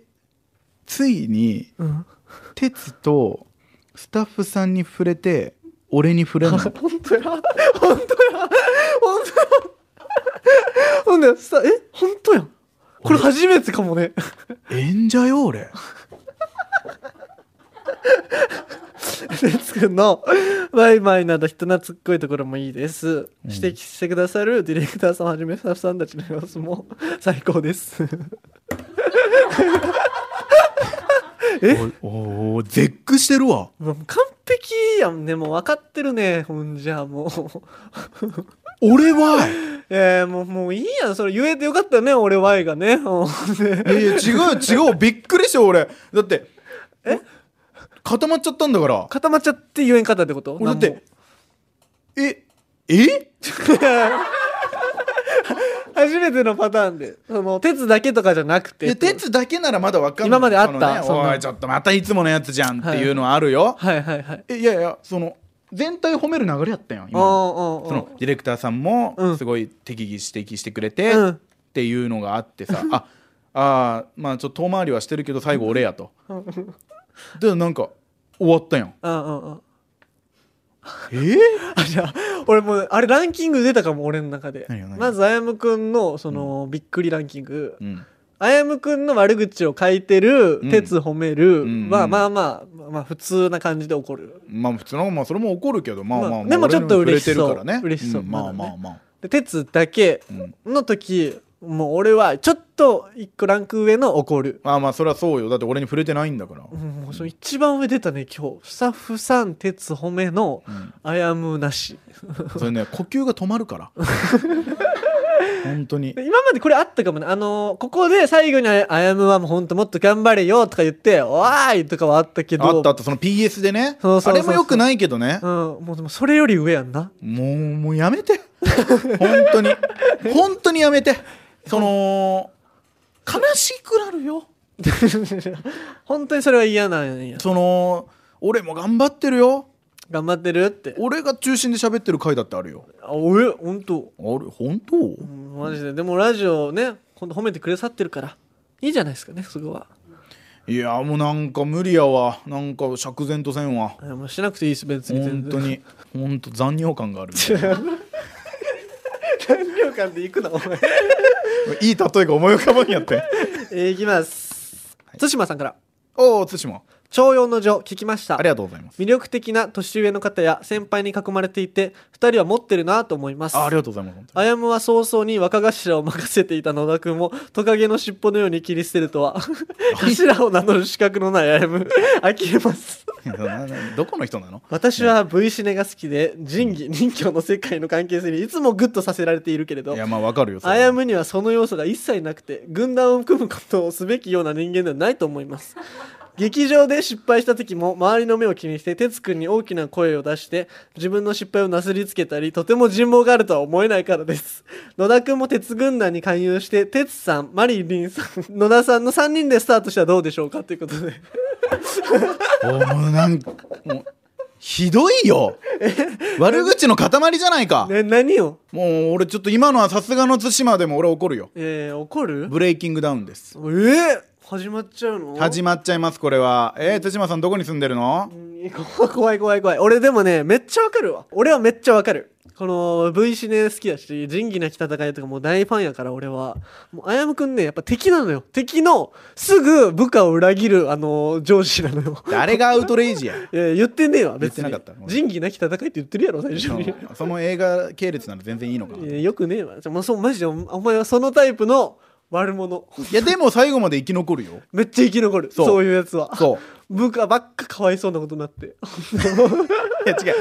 [SPEAKER 2] ついに
[SPEAKER 1] うん
[SPEAKER 2] 鉄とスタッフさんに触れて俺に触れ な い
[SPEAKER 1] 本当や本当や本当やほんでさえ本当やんこれ初めてかもね
[SPEAKER 2] 演者よ俺
[SPEAKER 1] 哲くんのバイバイなど人懐っこいところもいいです、指摘してくださるディレクターさんをはじめスタッフさんたちの様子も 最高です
[SPEAKER 2] おおー絶句してるわ
[SPEAKER 1] もう完璧やんねもう分かってるねほんじゃあもう
[SPEAKER 2] 俺は
[SPEAKER 1] えー、もうもういいやんそれ言えてよかったね俺 Y がねうん
[SPEAKER 2] いやいや違う違うびっくりした俺だって
[SPEAKER 1] え
[SPEAKER 2] 固まっちゃったんだから
[SPEAKER 1] 固まっちゃって言えんかったってこと
[SPEAKER 2] 俺だってええ
[SPEAKER 1] なんも初めてのパターンでその鉄だけとかじゃなくて
[SPEAKER 2] いや鉄だけならまだわかんな
[SPEAKER 1] 今
[SPEAKER 2] い
[SPEAKER 1] まであった
[SPEAKER 2] そのね
[SPEAKER 1] そんな
[SPEAKER 2] おいちょっとまたいつものやつじゃんっていうのはあるよ、
[SPEAKER 1] はいはいはい
[SPEAKER 2] えいやいやその全体褒める流れやったよ
[SPEAKER 1] あ
[SPEAKER 2] 今の
[SPEAKER 1] あ
[SPEAKER 2] そのディレクターさんも
[SPEAKER 1] うん
[SPEAKER 2] すごい適宜指摘してくれて、
[SPEAKER 1] うん
[SPEAKER 2] っていうのがあってさああーまあちょっと遠回りはしてるけど最後俺や とでなんか終わったやん
[SPEAKER 1] うんうんうん
[SPEAKER 2] えー、
[SPEAKER 1] あじゃあ俺もうあれランキング出たかも俺の中で
[SPEAKER 2] 何が何が
[SPEAKER 1] まずあやむくんのその、びっくりランキング
[SPEAKER 2] うん
[SPEAKER 1] あやむくんの悪口を書いてる、
[SPEAKER 2] うん
[SPEAKER 1] 鉄褒める、
[SPEAKER 2] うん
[SPEAKER 1] まあまあまあまあ普通な感じで怒る
[SPEAKER 2] まあ普通のまあそれも怒るけどまあまあ、
[SPEAKER 1] まあ
[SPEAKER 2] まあ、
[SPEAKER 1] でもちょっと嬉しそう
[SPEAKER 2] 俺にも触れ
[SPEAKER 1] 嬉
[SPEAKER 2] てるからね
[SPEAKER 1] しそうん
[SPEAKER 2] ま
[SPEAKER 1] ま
[SPEAKER 2] あま
[SPEAKER 1] だ
[SPEAKER 2] あまあ、
[SPEAKER 1] で鉄だけ
[SPEAKER 2] うん
[SPEAKER 1] の時もう俺はちょっと一個ランク上の怒る、
[SPEAKER 2] まあまあそれはそうよだって俺に触れてないん だから、
[SPEAKER 1] うんもうその一番上出たね今日スタッフさん鉄褒めの
[SPEAKER 2] うん
[SPEAKER 1] あやむなし
[SPEAKER 2] それね呼吸が止ま るから本当に
[SPEAKER 1] で今までこれあったかもね。あのーここで最後にああやむはもうほんともっと頑張れよとか言って、おーいとかはあったけど、
[SPEAKER 2] あったあったその PS でね
[SPEAKER 1] そうそうそうそう
[SPEAKER 2] あれもよくないけどね
[SPEAKER 1] うん、もうでもそれより上やんな。
[SPEAKER 2] もうもうやめて 本当に本当にやめてその悲しくなるよ
[SPEAKER 1] 本当にそれは嫌なんや。
[SPEAKER 2] その俺も頑張ってるよ
[SPEAKER 1] 頑張ってるって。
[SPEAKER 2] 俺が中心で喋ってる回だってあるよ
[SPEAKER 1] あ、おえ、ほんと。
[SPEAKER 2] あれ本当、
[SPEAKER 1] うんマジで。でもラジオね、ほんと褒めてくださってるから、いいじゃないですかね、そこは。
[SPEAKER 2] いやもうなんか無理やわなんか釈然とせんわ
[SPEAKER 1] あもうしなくていいです、別に
[SPEAKER 2] 本
[SPEAKER 1] 全然。
[SPEAKER 2] 当。 に本当残尿感がある
[SPEAKER 1] 何秒間で行くな、お 前。
[SPEAKER 2] いい例えが思い浮かばんやって
[SPEAKER 1] えー、いきます。対馬さんから、
[SPEAKER 2] おお対馬
[SPEAKER 1] 徴用の情聞きました
[SPEAKER 2] あ。りがとうございます
[SPEAKER 1] 魅力的な年上の方や先輩に囲まれていて2人は持ってるなと思います
[SPEAKER 2] あありがとうございます本当に
[SPEAKER 1] あやむは早々に若頭を任せていた野田君もトカゲの尻尾のように切り捨てるとは頭を名乗る資格のないあやむ呆れます
[SPEAKER 2] なな どこの人なの
[SPEAKER 1] 私は V シネが好きで仁義任侠の世界の関係性にいつもグッとさせられているけれど
[SPEAKER 2] いやまあわかるよそれ
[SPEAKER 1] あやむにはその要素が一切なくて軍団を組むことをすべきような人間ではないと思います 劇場で失敗した時も周りの目を気にして哲くんに大きな声を出して自分の失敗をなすりつけたりとても人望があるとは思えないからです野田くんも鉄軍団に勧誘して哲さんマリリンさん野田さんの3人でスタートしたらどうでしょうかということで
[SPEAKER 2] おーもうなんかもうひどいよ悪口の塊じゃないか、
[SPEAKER 1] ね何を
[SPEAKER 2] もう俺ちょっと今のはさすがの対馬でも俺怒るよ
[SPEAKER 1] えー、怒る
[SPEAKER 2] ブレイキングダウンです
[SPEAKER 1] えー、始まっちゃうの
[SPEAKER 2] 始まっちゃいますこれはえー、対馬さんどこに住んでるの
[SPEAKER 1] うん 怖い怖い怖い俺でもねめっちゃわかるわ俺はめっちゃわかるこの V シネ好きだし仁義なき戦いとかもう大ファンやから俺はもうあやむくんねやっぱ敵なのよ敵のすぐ部下を裏切るあの上司なのよ
[SPEAKER 2] 誰がアウトレイジや
[SPEAKER 1] いや言ってねえわ別に
[SPEAKER 2] 言ってなかったの
[SPEAKER 1] 仁義なき戦いって言ってるやろ最初 に
[SPEAKER 2] うんその映画系列なら全然いいのかない
[SPEAKER 1] やよくねえわもうそうマジでおお前はそのタイプの悪者
[SPEAKER 2] いやでも最後まで生き残るよ
[SPEAKER 1] めっちゃ生き残るそ
[SPEAKER 2] そうう
[SPEAKER 1] いうやつは
[SPEAKER 2] そう
[SPEAKER 1] 部下ばっかかわいそうなことになって
[SPEAKER 2] いや違う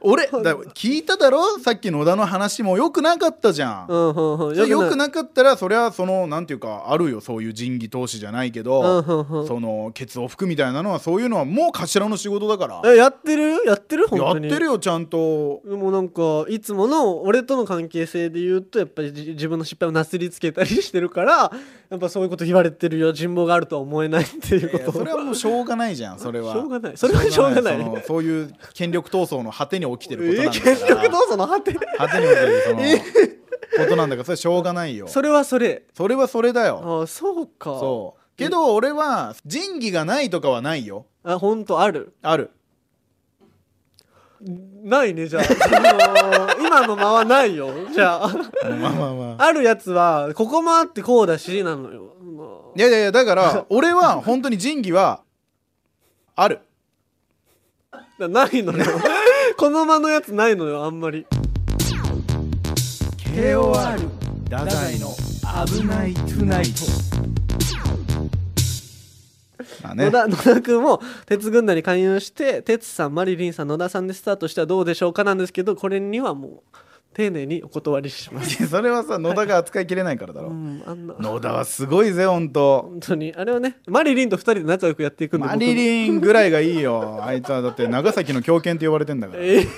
[SPEAKER 2] 俺だ聞いただろさっき野田の話もよくなかったじゃん、
[SPEAKER 1] うんうんうん
[SPEAKER 2] よく
[SPEAKER 1] い
[SPEAKER 2] なかったらそれはそのなんていうかあるよそういう仁義投資じゃないけ
[SPEAKER 1] うん
[SPEAKER 2] ど、
[SPEAKER 1] うんうん
[SPEAKER 2] そのケツを吹くみたいなのはそういうのはもう頭の仕事だから
[SPEAKER 1] えやってるやってる本
[SPEAKER 2] やっ
[SPEAKER 1] 当
[SPEAKER 2] て
[SPEAKER 1] に
[SPEAKER 2] るよちゃんと
[SPEAKER 1] でもなんかいつもの俺との関係性で言うとやっぱりじ自分の失敗をなすりつけたりしてるからやっぱそういうこと言われてるよ人望があるとは思えないっていうこ
[SPEAKER 2] いや
[SPEAKER 1] と
[SPEAKER 2] それはもうしょうがないじゃんそれは
[SPEAKER 1] しょうがないそれはしょうがない
[SPEAKER 2] そのそういう権力闘争の果てに起きて
[SPEAKER 1] え
[SPEAKER 2] ること
[SPEAKER 1] ー、
[SPEAKER 2] なんだか
[SPEAKER 1] 権
[SPEAKER 2] ら
[SPEAKER 1] 力どうその果て
[SPEAKER 2] 果てに起きてるそのことなんだからそれはしょうがないよ
[SPEAKER 1] それはそれ
[SPEAKER 2] それはそれだよ
[SPEAKER 1] ああそうか
[SPEAKER 2] そうけど俺は仁義がないとかはないよ
[SPEAKER 1] あ本当ある
[SPEAKER 2] あ る
[SPEAKER 1] ないねじゃあ、あのー今の間はないよじゃあ
[SPEAKER 2] まあまあまあ
[SPEAKER 1] あるやつはここもあってこうだしなのよ
[SPEAKER 2] いやいやいやだから 俺は本当に仁義はある
[SPEAKER 1] なない のよこの間のやつないのよあんまり
[SPEAKER 2] KOR ダダイの危ないトゥナイトまあね
[SPEAKER 1] 野田野田君も鉄軍団に勧誘して鉄さんマリリンさん野田さんでスタートしたらどうでしょうかなんですけどこれにはもう丁寧にお断りします、
[SPEAKER 2] いや それはさ野田が扱いきれないからだ
[SPEAKER 1] う
[SPEAKER 2] ろ、
[SPEAKER 1] ん、あんな
[SPEAKER 2] 野田はすごいぜほんと
[SPEAKER 1] 本当にあれはねマリリンと二人で仲良くやっていくんで
[SPEAKER 2] マリ
[SPEAKER 1] ン
[SPEAKER 2] リンぐらいがいいよあいつはだって長崎の狂犬って呼ばれてんだから、
[SPEAKER 1] えー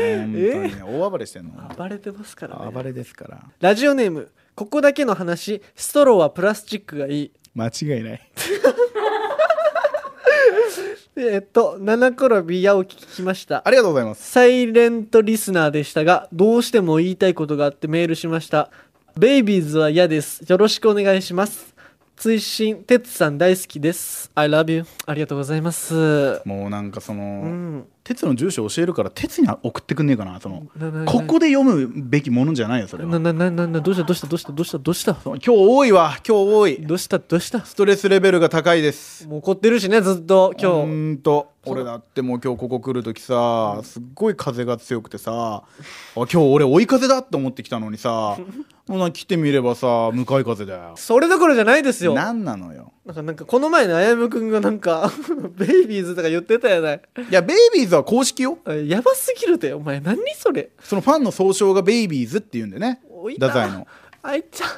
[SPEAKER 2] 本当に大暴れしてんの
[SPEAKER 1] 暴れてますからね
[SPEAKER 2] 暴れですから
[SPEAKER 1] ラジオネームここだけの話ストローはプラスチックがいい
[SPEAKER 2] 間違いない
[SPEAKER 1] えっと七転び矢を聞きました
[SPEAKER 2] ありがとうございます
[SPEAKER 1] サイレントリスナーでしたがどうしても言いたいことがあってメールしましたベイビーズは嫌ですよろしくお願いします追伸てつさん大好きです I love you ありがとうございます
[SPEAKER 2] もうなんかその、
[SPEAKER 1] うん
[SPEAKER 2] 鉄の住所教えるから鉄に送ってくんねえかなその
[SPEAKER 1] なな
[SPEAKER 2] ここで読むべきものじゃないよそれは
[SPEAKER 1] なななななどうしたどうしたどうしたどうしたどうした
[SPEAKER 2] 今日多いわ今日多い
[SPEAKER 1] どうしたどうした
[SPEAKER 2] ストレスレベルが高いです
[SPEAKER 1] もう怒ってるしねずっと
[SPEAKER 2] ほ
[SPEAKER 1] 今日
[SPEAKER 2] んと俺だってもう今日ここ来る時さすっごい風が強くてさあ今日俺追い風だって思ってきたの にさもうなんか来てみればさ向かい風だよ
[SPEAKER 1] それどころじゃないですよな
[SPEAKER 2] なんなのよ
[SPEAKER 1] んかなんかこの前のあやむくんがなんか ベイビーズとか言ってたやない
[SPEAKER 2] いやベイビーズは公式よ
[SPEAKER 1] あやばすぎるでお前何それ
[SPEAKER 2] そのファンの総称がベイビーズっていうんでね
[SPEAKER 1] おいた
[SPEAKER 2] 太宰の
[SPEAKER 1] あいちゃん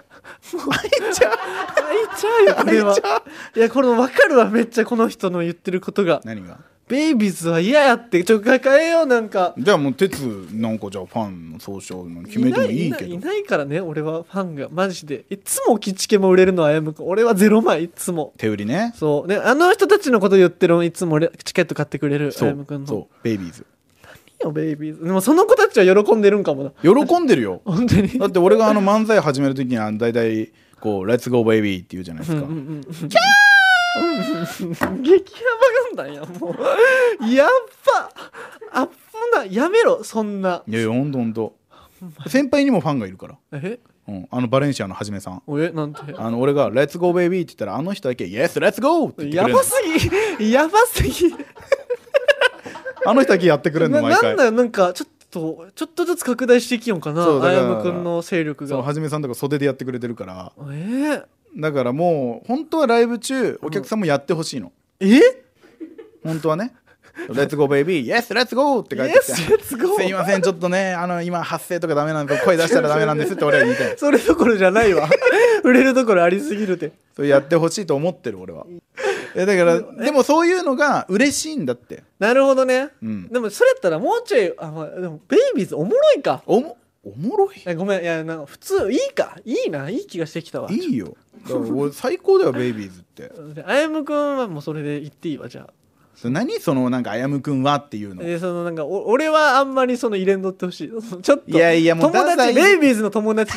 [SPEAKER 1] もうあいちゃんあいちゃ んよこれは
[SPEAKER 2] あいちゃ
[SPEAKER 1] いやこの分かるわめっちゃこの人の言ってることが
[SPEAKER 2] 何が
[SPEAKER 1] ベイビーズは嫌やってちょっと変えようなんか
[SPEAKER 2] じゃあもう鉄なんかじゃあファンの総称の決めてもいいけど
[SPEAKER 1] ないないないからね俺はファンがマジでいつもキチケも売れるのあやむくん俺はゼロ枚いつも
[SPEAKER 2] 手売りね
[SPEAKER 1] そうねあの人たちのこと言ってるのいつも俺チケット買ってくれるあ
[SPEAKER 2] そ
[SPEAKER 1] やむ
[SPEAKER 2] う
[SPEAKER 1] くんの
[SPEAKER 2] そうベイビーズ
[SPEAKER 1] いいよベイビーズでもその子たちは喜んでるんかもな
[SPEAKER 2] 喜んでるよ
[SPEAKER 1] 本当に
[SPEAKER 2] だって俺があの漫才始める時にあの大体こう「レッツゴーベイビー」って言うじゃないですか、
[SPEAKER 1] 激ヤバ軍団やもうやっばあっぶなやめろそんない
[SPEAKER 2] やいやほんとほんと先輩にもファンがいるから、
[SPEAKER 1] え
[SPEAKER 2] うん、あのバレンシアのはじめさん
[SPEAKER 1] おえなんて
[SPEAKER 2] あの俺が「レッツゴーベイビー」って言ったらあの人だけ「イエスレッツゴー!」って言っ
[SPEAKER 1] や
[SPEAKER 2] てくれるの
[SPEAKER 1] ばすぎやばすぎ
[SPEAKER 2] あの人だけやってくれる
[SPEAKER 1] な
[SPEAKER 2] の毎
[SPEAKER 1] なん
[SPEAKER 2] 回
[SPEAKER 1] だよなんかちょっとちょっとずつ拡大していきよんかな
[SPEAKER 2] そうだ
[SPEAKER 1] あ
[SPEAKER 2] から
[SPEAKER 1] やむくんの勢力
[SPEAKER 2] その
[SPEAKER 1] が
[SPEAKER 2] はじめさんとか袖でやってくれてるから
[SPEAKER 1] えー、
[SPEAKER 2] だからもう本当はライブ中お客さんもやってほしいの、
[SPEAKER 1] え
[SPEAKER 2] 本当はね「レッツゴーベイビー」「イエスレッツゴー!」って書いてきて
[SPEAKER 1] Yes, let's go
[SPEAKER 2] すいませんちょっとねあの今発声とかダメなんです声出したらダメなんですって俺は言いたい
[SPEAKER 1] それどころじゃない わ売れるところありすぎるて
[SPEAKER 2] それやってほしいと思ってる俺はえだからでもそういうのが嬉しいんだって
[SPEAKER 1] なるほどね、
[SPEAKER 2] うん
[SPEAKER 1] でもそれやったらもうちょいあ、まあ、でもベイビーズおもろいか
[SPEAKER 2] おもおもろい
[SPEAKER 1] えごめんいやなんか普通いいかいいないい気がしてきたわ
[SPEAKER 2] いいよだから俺最高だよベイビーズって
[SPEAKER 1] であやむくんはもうそれで言っていいわじゃあ
[SPEAKER 2] それ何そのなんか「あやむくんは」っていうの
[SPEAKER 1] でそのなんかお俺はあんまりその入れんどってほしいちょっと
[SPEAKER 2] いやいやも
[SPEAKER 1] 友
[SPEAKER 2] うダサ
[SPEAKER 1] 達
[SPEAKER 2] い
[SPEAKER 1] ベイビーズの友 達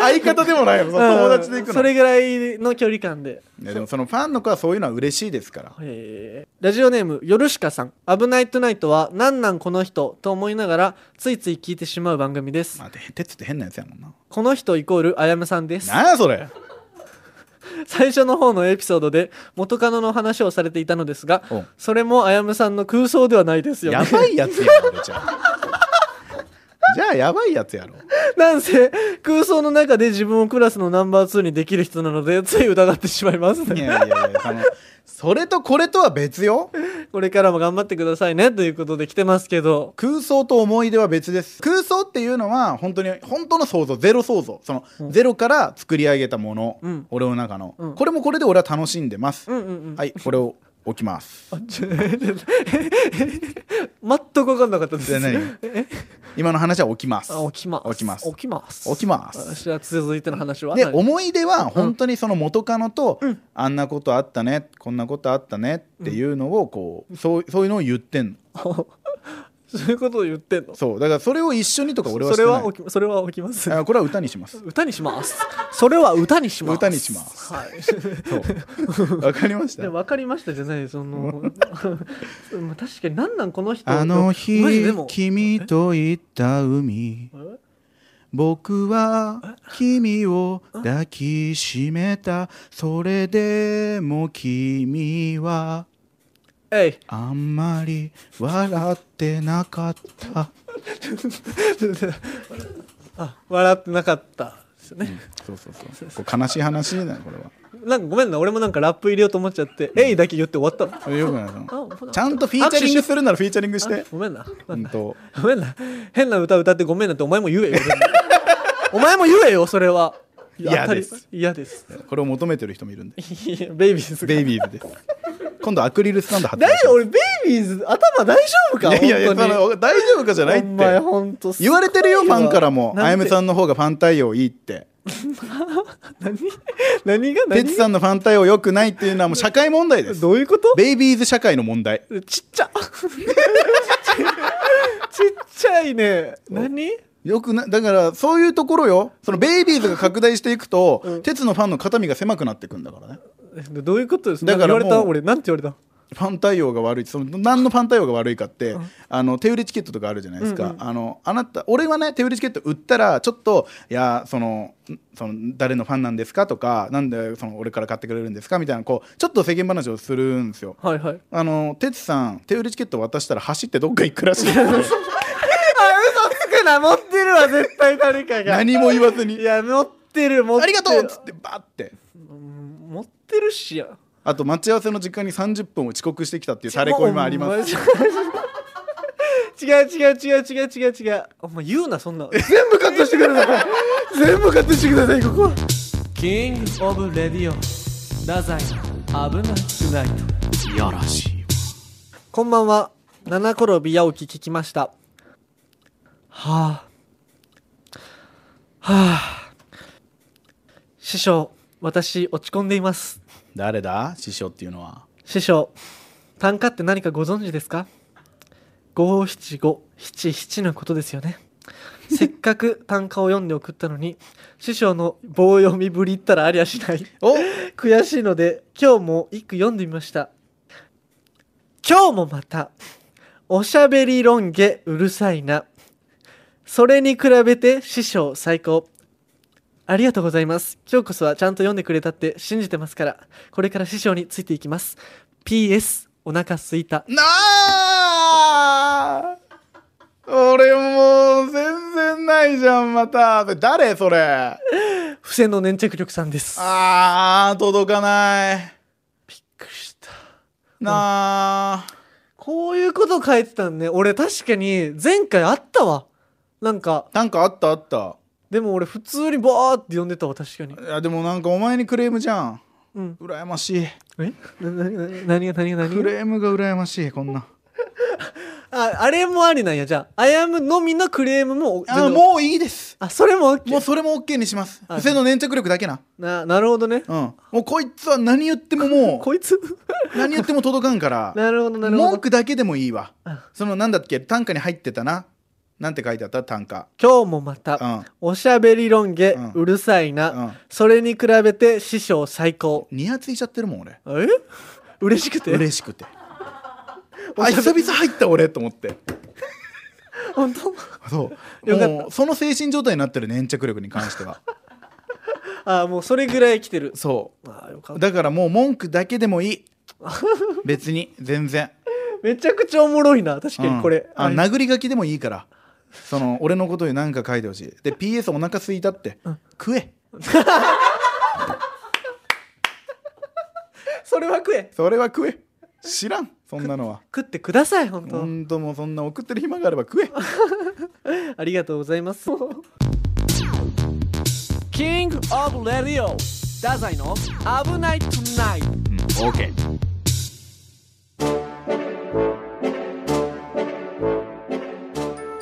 [SPEAKER 2] 相方でもないのその友達で行
[SPEAKER 1] うん
[SPEAKER 2] く
[SPEAKER 1] そ
[SPEAKER 2] の
[SPEAKER 1] れぐらいの距離感で
[SPEAKER 2] いやでもそのファンの子はそういうのは嬉しいですから
[SPEAKER 1] えーラジオネームヨルシカさん「危ないトゥナイト」は「なんなんこの人」と思いながらついつい聞いてしまう番組です
[SPEAKER 2] まあて鉄って変なやつやもんな
[SPEAKER 1] この人イコールあやむさんです
[SPEAKER 2] なんやそれ
[SPEAKER 1] 最初の方のエピソードで元カノの話をされていたのですが
[SPEAKER 2] うん
[SPEAKER 1] それもあやむさんの空想ではないですよ、ね、
[SPEAKER 2] やばいやつやろ俺じゃあじゃあやばいやつやろ
[SPEAKER 1] なんせ空想の中で自分をクラスのナンバー2にできる人なのでつい疑ってしまいます
[SPEAKER 2] い
[SPEAKER 1] ね
[SPEAKER 2] やいやいやそのそれとこれとは別よ
[SPEAKER 1] これからも頑張ってくださいねということで来てますけど
[SPEAKER 2] 空想と思い出は別です空想っていうのは本当に本当の想像ゼロ想像その、ゼロから作り上げたもの、
[SPEAKER 1] うん
[SPEAKER 2] 俺の中の、
[SPEAKER 1] うん
[SPEAKER 2] これもこれで俺は楽しんでます、
[SPEAKER 1] うんうんうん
[SPEAKER 2] はいこれを置きます
[SPEAKER 1] あちょ 全く分かんなかったです
[SPEAKER 2] で何
[SPEAKER 1] え
[SPEAKER 2] 今の話は置きます
[SPEAKER 1] あ起きます
[SPEAKER 2] 起きます
[SPEAKER 1] 起きます
[SPEAKER 2] 置きます
[SPEAKER 1] あじゃあ続いての 話は
[SPEAKER 2] で
[SPEAKER 1] 何
[SPEAKER 2] 思い出は本当にその元カノと、あんなことあったねこんなことあったねっていうのをこう、そうそういうのを言ってんの
[SPEAKER 1] そういうことを言ってんの
[SPEAKER 2] そうだからそれを一緒にとか俺はし
[SPEAKER 1] そ
[SPEAKER 2] て
[SPEAKER 1] れ
[SPEAKER 2] ない
[SPEAKER 1] は起きそれは起きます
[SPEAKER 2] あこれは歌にします
[SPEAKER 1] 歌にしますそれは歌にします
[SPEAKER 2] 歌にします
[SPEAKER 1] はい
[SPEAKER 2] そうわかりまし
[SPEAKER 1] いや
[SPEAKER 2] た
[SPEAKER 1] 分かりましたじゃないそ のまあ確かになんなんこの人
[SPEAKER 2] あの日
[SPEAKER 1] マジでも
[SPEAKER 2] 君と行った海僕は君を抱きしめたそれでも君は
[SPEAKER 1] えい
[SPEAKER 2] あんまり笑ってなかった
[SPEAKER 1] あ笑ってなかったですよね、
[SPEAKER 2] そうそうそうこう悲しい話だよこれは
[SPEAKER 1] なんかごめんな俺もなんかラップ入れようと思っちゃって「えい」だけ言って終わったの
[SPEAKER 2] よくないその
[SPEAKER 1] あほな
[SPEAKER 2] ちゃんとフィーチャリングするならフィーチャリングして
[SPEAKER 1] あごめんなごめ
[SPEAKER 2] う
[SPEAKER 1] ん
[SPEAKER 2] ん
[SPEAKER 1] な
[SPEAKER 2] と
[SPEAKER 1] ごめんな変な歌歌ってごめんなってお前も言えよ俺に お前も言えよそれは
[SPEAKER 2] 嫌です
[SPEAKER 1] 当たり嫌です
[SPEAKER 2] これを求めてる人もいるんで
[SPEAKER 1] いやベイビーズが
[SPEAKER 2] ベイビーズです今度アクリルスタンド貼って
[SPEAKER 1] 大
[SPEAKER 2] ほしい
[SPEAKER 1] 丈夫俺ベイビーズ頭大丈夫か
[SPEAKER 2] いやいや
[SPEAKER 1] 本当に
[SPEAKER 2] その大丈夫かじゃないっ
[SPEAKER 1] お前
[SPEAKER 2] て
[SPEAKER 1] ほんとすごい
[SPEAKER 2] 言われてるよファンからも
[SPEAKER 1] なん
[SPEAKER 2] あ
[SPEAKER 1] て
[SPEAKER 2] やめさんの方がファン対応いいって
[SPEAKER 1] 何 何が
[SPEAKER 2] 哲
[SPEAKER 1] 何
[SPEAKER 2] さんのファン対応良くないっていうのはもう社会問題です
[SPEAKER 1] どういうこと
[SPEAKER 2] ベイビーズ社会の問題
[SPEAKER 1] ちっちゃ ちっちゃいね何
[SPEAKER 2] よくなだからそういうところよそのベイビーズが拡大していくと、鉄のファンの肩身が狭くなってくんだからね
[SPEAKER 1] えどういうことです
[SPEAKER 2] だから
[SPEAKER 1] なん言われ
[SPEAKER 2] も
[SPEAKER 1] た
[SPEAKER 2] う
[SPEAKER 1] 俺なんて言われた
[SPEAKER 2] ファン対応が悪いその何のファン対応が悪いかって、あの手売りチケットとかあるじゃないですか、
[SPEAKER 1] うんう
[SPEAKER 2] あのあなた俺はね手売りチケット売ったらちょっといやそのんその誰のファンなんですかとかなんでその俺から買ってくれるんですかみたいなこうちょっと世間話をするんですよ
[SPEAKER 1] はいはい
[SPEAKER 2] あの哲さん手売りチケット渡したら走ってどっか行く らしいんですよ
[SPEAKER 1] あ嘘つくな持ってるわ絶対誰かが
[SPEAKER 2] 何も言わずに
[SPEAKER 1] いや持ってる持ってる
[SPEAKER 2] ありがとうっつってバーって
[SPEAKER 1] うん持ってるしや
[SPEAKER 2] あと待ち合わせの時間に30分を遅刻してきたっていうタレコミもあります
[SPEAKER 1] す 違う違う違う違う違う違うお前言うなそんな全部カットしてください全部カットしてくださいここはキングオブレディオ太宰危なくない
[SPEAKER 2] いやらしい
[SPEAKER 1] こんばんは七転び八起き聞きましたはあはあ師匠私落ち込んでいます
[SPEAKER 2] 誰だ師匠っていうのは
[SPEAKER 1] 師匠短歌って何かご存知ですか五七五七七のことですよねせっかく短歌を読んで送ったのに師匠の棒読みぶりったらありゃしない
[SPEAKER 2] お
[SPEAKER 1] 悔しいので今日も一句読んでみました今日もまたおしゃべり論下うるさいなそれに比べて師匠最高ありがとうございます今日こそはちゃんと読んでくれたって信じてますからこれから師匠についていきます PS お腹すいた
[SPEAKER 2] なあ俺もう全然ないじゃんまた誰それ
[SPEAKER 1] 付箋の粘着力さんです
[SPEAKER 2] あー届かない
[SPEAKER 1] びっくりした
[SPEAKER 2] なあ
[SPEAKER 1] こういうこと書いてたんね俺確かに前回あったわなんか
[SPEAKER 2] なんかあったあった
[SPEAKER 1] でも俺普通にバーって読んでたわ確かに
[SPEAKER 2] いやでもなんかお前にクレームじゃん
[SPEAKER 1] うん
[SPEAKER 2] 羨ましい
[SPEAKER 1] えななな何が何が何
[SPEAKER 2] ク
[SPEAKER 1] が
[SPEAKER 2] レームが羨ましいこんな
[SPEAKER 1] ああれもありなんやじゃああやむのみのクレームも全
[SPEAKER 2] あ
[SPEAKER 1] 然
[SPEAKER 2] もういいです
[SPEAKER 1] あそれも OK
[SPEAKER 2] もうそれも OK にします
[SPEAKER 1] あ
[SPEAKER 2] 付箋の粘着力だけな
[SPEAKER 1] ななるほどね
[SPEAKER 2] うんもうこいつは何言ってもも
[SPEAKER 1] こいつ
[SPEAKER 2] う何言っても届かん から
[SPEAKER 1] なるほどなるほ
[SPEAKER 2] 文
[SPEAKER 1] ど
[SPEAKER 2] 句だけでもいいわ
[SPEAKER 1] あ
[SPEAKER 2] そのなんだっけ短歌に入ってたななんて書いてあった短歌
[SPEAKER 1] 今日もま
[SPEAKER 2] う
[SPEAKER 1] た、
[SPEAKER 2] ん
[SPEAKER 1] おしゃべり論下、
[SPEAKER 2] うん
[SPEAKER 1] うるさいな、
[SPEAKER 2] うん
[SPEAKER 1] それに比べて師匠最高
[SPEAKER 2] ニヤついちゃってるもん俺
[SPEAKER 1] え嬉しくて
[SPEAKER 2] 嬉し くてあ久々入った俺と思って
[SPEAKER 1] 本当
[SPEAKER 2] そう
[SPEAKER 1] よかった
[SPEAKER 2] もうその精神状態になってる粘着力に関して は
[SPEAKER 1] あもうそれぐらい来てる
[SPEAKER 2] そ
[SPEAKER 1] あよか
[SPEAKER 2] う
[SPEAKER 1] った
[SPEAKER 2] だからもう文句だけでもい い別に全然
[SPEAKER 1] めちゃくちゃおもろいな確か
[SPEAKER 2] うん
[SPEAKER 1] にこれ、
[SPEAKER 2] あ
[SPEAKER 1] あ
[SPEAKER 2] 殴り書きでもいいからその俺のことに何か書いてほしいで PS お腹すいたって、食え
[SPEAKER 1] それは食え
[SPEAKER 2] それは食え知らんそんなのは
[SPEAKER 1] 食ってください本当、
[SPEAKER 2] ほんともうそんな送ってる暇があれば食え
[SPEAKER 1] ありがとうござい ます。キングオブレディオダザイの危ないトゥナイト。
[SPEAKER 2] オーケー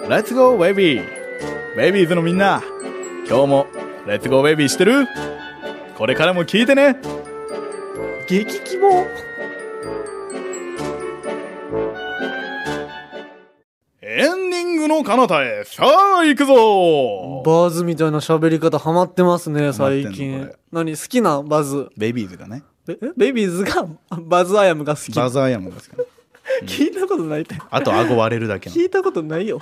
[SPEAKER 2] レッツゴーベイビーベイビーズのみんな今日もレッツゴーベイビーしてるこれからも聞いてね
[SPEAKER 1] 激キモ。
[SPEAKER 2] エンディングの彼方へさあ行くぞ
[SPEAKER 1] バズみたいな喋り方ハマってますね最
[SPEAKER 2] ハマってんの
[SPEAKER 1] 近
[SPEAKER 2] こ。
[SPEAKER 1] 何好きなバズ。
[SPEAKER 2] ベイビーズがね
[SPEAKER 1] ええベイビーズが あバズアヤムが好き。
[SPEAKER 2] バザーヤムが好きな
[SPEAKER 1] 聞いたことないって。
[SPEAKER 2] あと顎割れる だけな
[SPEAKER 1] 聞いたことないよ。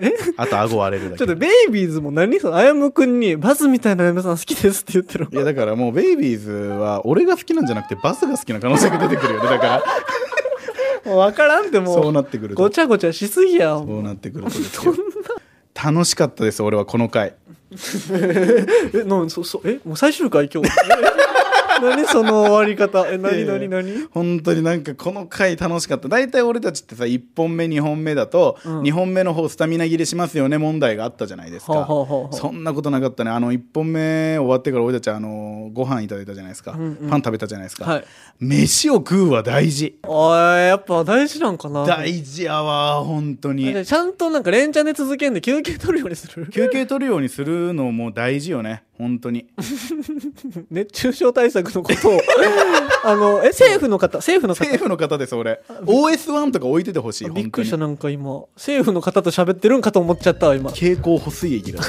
[SPEAKER 1] え
[SPEAKER 2] あと顎割れるだ
[SPEAKER 1] ちょ
[SPEAKER 2] け
[SPEAKER 1] っとベイビーズも何そのアヤムくんにバズみたいなアヤムさん好きですって言ってる
[SPEAKER 2] い。やだからもうベイビーズは俺が好きなんじゃなくてバスが好きな可能性が出てくるよねだから
[SPEAKER 1] もう分からんって もう。
[SPEAKER 2] そうなってくると
[SPEAKER 1] ごちゃごちゃしすぎや。
[SPEAKER 2] そうなってくるとですよ楽しかったです俺はこの回
[SPEAKER 1] えなんそそえもう最終回今日え何その終わり方え何何 何
[SPEAKER 2] 本当になんかこの回楽しかった大体俺たちってさ1本目2本目だと、
[SPEAKER 1] うん
[SPEAKER 2] 2本目の方スタミナ切れしますよね問題があったじゃないですか、
[SPEAKER 1] はあはあはあ
[SPEAKER 2] そんなことなかったねあの1本目終わってから俺たちあのご飯いただいたじゃないですか、
[SPEAKER 1] うんうん
[SPEAKER 2] パン食べたじゃないですか、
[SPEAKER 1] はい
[SPEAKER 2] 飯を食うは大事
[SPEAKER 1] あーやっぱ大事なんかな
[SPEAKER 2] 大事やわ本当に
[SPEAKER 1] ちゃんとなんか連チャンで続けんで休憩取るようにする
[SPEAKER 2] 休憩取るようにするのも大事よね本当に
[SPEAKER 1] 熱中症対策のこと をあのえ政府の方政府の方
[SPEAKER 2] 政府の方で す俺 OS1 とか置いててほしい
[SPEAKER 1] びっ
[SPEAKER 2] 本
[SPEAKER 1] く
[SPEAKER 2] 当
[SPEAKER 1] り
[SPEAKER 2] に
[SPEAKER 1] したなんか今政府の方と喋ってるんかと思っちゃったわ今
[SPEAKER 2] 蛍光補 水液が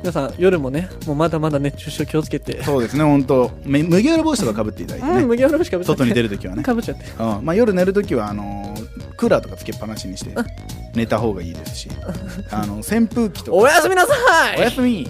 [SPEAKER 1] 皆さん夜もねもうまだまだ熱中症気をつけて、
[SPEAKER 2] そうですね本当め麦わら帽子とかかぶっていただいて
[SPEAKER 1] うん
[SPEAKER 2] ね
[SPEAKER 1] 麦わら帽子かぶっちゃって
[SPEAKER 2] 外に出るときはね、
[SPEAKER 1] かぶっちゃって
[SPEAKER 2] うんまあ、夜寝るときはあのークーラーとかつけっぱなしにして寝た方がいいですしあの扇風機と
[SPEAKER 1] お
[SPEAKER 2] か
[SPEAKER 1] やすみなさい
[SPEAKER 2] おやすみ